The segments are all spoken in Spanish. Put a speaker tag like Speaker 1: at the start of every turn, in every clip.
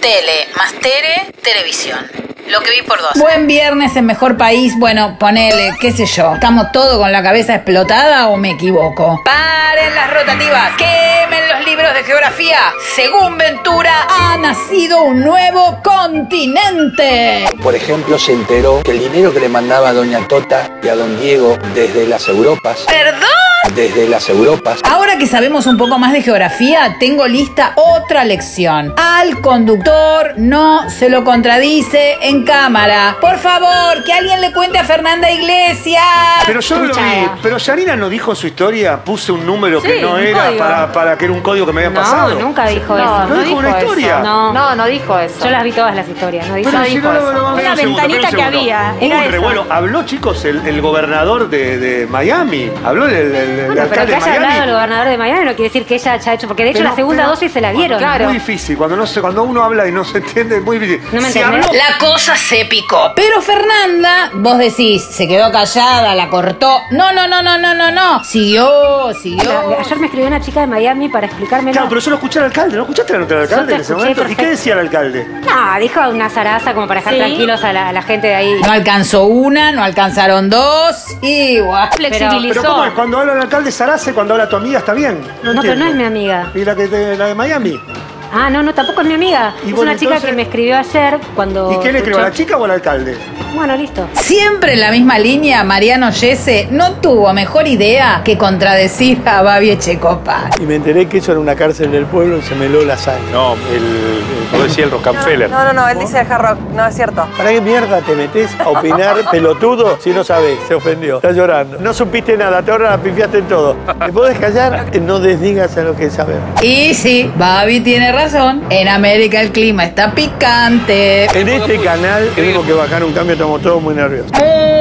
Speaker 1: tele más tere, televisión. Lo que vi por dos.
Speaker 2: Buen viernes en mejor país. Bueno, ponele, qué sé yo. ¿Estamos todos con la cabeza explotada o me equivoco? Paren las rotativas. Quemen los libros de geografía. Según Ventura, ha nacido un nuevo continente.
Speaker 3: Por ejemplo, se enteró que el dinero que le mandaba a Doña Tota y a Don Diego desde las Europas,
Speaker 2: ¿Perdón?
Speaker 3: desde las Europas,
Speaker 2: Ahora que sabemos un poco más de geografía, tengo lista otra lección. Al conductor no se lo contradice en cámara. Por favor, que alguien le cuente a Fernanda Iglesias.
Speaker 4: Pero yo no lo vi. Pero Yanina no dijo su historia, puse un número que
Speaker 5: Sí,
Speaker 4: no
Speaker 5: un
Speaker 4: era
Speaker 5: código.
Speaker 4: para, para que era un código que me había pasado.
Speaker 5: No, nunca dijo
Speaker 6: No,
Speaker 5: eso.
Speaker 4: no dijo una
Speaker 5: eso.
Speaker 4: historia.
Speaker 5: No.
Speaker 6: No, no dijo eso.
Speaker 5: Yo las vi todas las historias, no dijo,
Speaker 4: Pero
Speaker 5: no
Speaker 4: si
Speaker 5: dijo
Speaker 4: no, no, no,
Speaker 5: eso.
Speaker 4: no,
Speaker 6: Una
Speaker 4: un segundo,
Speaker 6: ventanita
Speaker 4: espera un
Speaker 6: que
Speaker 4: segundo.
Speaker 6: había,
Speaker 4: Hubo
Speaker 6: era
Speaker 4: un
Speaker 6: eso.
Speaker 4: revuelo. Habló, chicos, el, el gobernador de, de Miami. Habló el, el- el
Speaker 5: Bueno, pero
Speaker 4: alcalde
Speaker 5: que
Speaker 4: de
Speaker 5: haya
Speaker 4: Miami.
Speaker 5: hablado el gobernador de Miami no quiere decir que ella haya hecho, porque de hecho
Speaker 4: Pero-
Speaker 5: la segunda
Speaker 4: pero-
Speaker 5: dosis se la dieron.
Speaker 4: Es muy difícil. Cuando, no se, cuando uno habla y no se entiende, es muy difícil.
Speaker 5: ¿No me
Speaker 4: Si
Speaker 5: entendés?
Speaker 4: habló-
Speaker 1: La cosa se picó.
Speaker 2: Pero Fernanda, vos decís, se quedó callada, la cortó. No, no, no, no, no, no, no. Siguió,
Speaker 5: Claro,
Speaker 2: siguió.
Speaker 5: Ayer me escribió una chica de Miami para explicármelo.
Speaker 4: Claro, pero yo lo escuché al alcalde. ¿No escuchaste la nota del alcalde
Speaker 5: te
Speaker 4: en ese
Speaker 5: escuché
Speaker 4: momento? ¿Y qué
Speaker 5: perfecto.
Speaker 4: decía el alcalde?
Speaker 5: No, dijo una zaraza como para dejar
Speaker 6: Sí.
Speaker 5: tranquilos a la, a la gente de ahí.
Speaker 2: No alcanzó una, no alcanzaron dos. Y guau.
Speaker 6: Flexibilizó.
Speaker 4: Pero ¿cómo es? Cuando habla el alcalde Sarase, cuando habla tu amiga, está bien. No,
Speaker 5: No, pero
Speaker 4: entiendo.
Speaker 5: no es mi amiga.
Speaker 4: ¿Y la, que te- la de Miami?
Speaker 5: Ah, no, no, tampoco es mi amiga.
Speaker 4: Y
Speaker 5: Es
Speaker 4: bueno,
Speaker 5: una chica
Speaker 4: entonces-
Speaker 5: que me escribió ayer cuando.
Speaker 4: ¿Y qué le escribió? ¿A la
Speaker 5: escuchó-
Speaker 4: chica o al alcalde?
Speaker 5: Bueno, listo.
Speaker 2: Siempre en la misma línea, Mariano Yese no tuvo mejor idea que contradecir a Babi Echecopa.
Speaker 7: Y me enteré que eso era una cárcel del pueblo y se me heló la sangre.
Speaker 8: No, el, vos decías el Rockefeller.
Speaker 9: No, no, no, él dice el hard rock, no es cierto.
Speaker 7: ¿Para qué mierda te metes a opinar pelotudo si no sabes? Se ofendió. Está llorando. No supiste nada, te ahora la pifiaste en todo. ¿Te podés callar? No desdigas a lo que sabemos.
Speaker 2: Y sí, Babi tiene razón. En América el clima está picante.
Speaker 7: En este canal tenemos que bajar un cambio, estamos todos muy nerviosos.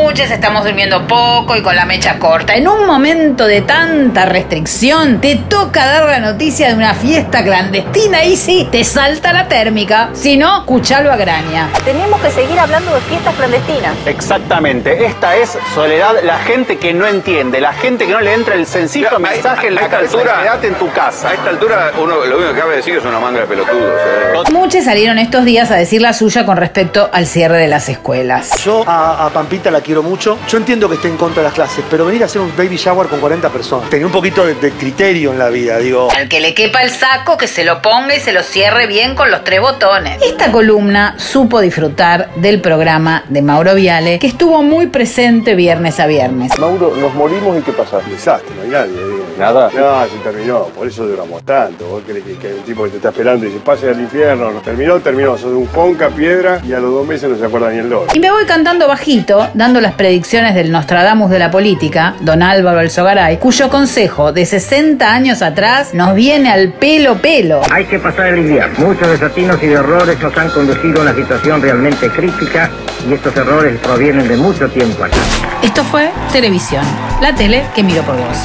Speaker 2: Muchas estamos durmiendo poco y con la mecha corta. En un momento de tanta restricción, te toca dar la noticia de una fiesta clandestina y sí, te salta la térmica. Si no, escuchalo a graña.
Speaker 6: Tenemos que seguir hablando de fiestas clandestinas.
Speaker 10: Exactamente, esta es Soledad, la gente que no entiende, la gente que no le entra el sencillo
Speaker 8: Ya, a-
Speaker 10: mensaje en
Speaker 8: a
Speaker 10: la
Speaker 8: esta
Speaker 10: cabeza,
Speaker 8: altura-
Speaker 10: quédate en tu casa.
Speaker 8: A esta altura, uno lo único que cabe decir es una manga de pelotudos. eh.
Speaker 2: Muchos salieron estos días a decir la suya con respecto al cierre de las escuelas.
Speaker 4: Yo a, a Pampita la quiero mucho. Yo entiendo que esté en contra de las clases, pero venir a hacer un baby shower con 40 personas. Tenía un poquito de, de criterio en la vida, digo.
Speaker 2: Al que le quepa el saco, que se lo ponga y se lo cierre bien con los tres botones. Esta columna supo disfrutar del programa de Mauro Viale, que estuvo muy presente viernes a viernes.
Speaker 11: Mauro, nos morimos y ¿qué pasa? Desastre, no hay nadie. digo.
Speaker 8: Nada.
Speaker 11: No, se terminó, por eso duramos tanto. Vos crees que, que hay un tipo que te está esperando y dice, pase al infierno. No, terminó, terminó. Sos un conca, piedra y a los dos meses no se acuerda ni el loro.
Speaker 2: Y me voy cantando bajito, dando las predicciones del Nostradamus de la política, don Álvaro Elzogaray, cuyo consejo de 60 años atrás nos viene al pelo pelo.
Speaker 10: Hay que pasar el día. Muchos desatinos y errores nos han conducido a una situación realmente crítica y estos errores provienen de mucho tiempo atrás.
Speaker 2: Esto fue Televisión, la tele que miro por vos.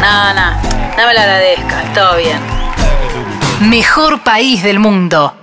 Speaker 1: No, no, no me lo agradezcas, todo bien.
Speaker 2: Mejor país del mundo.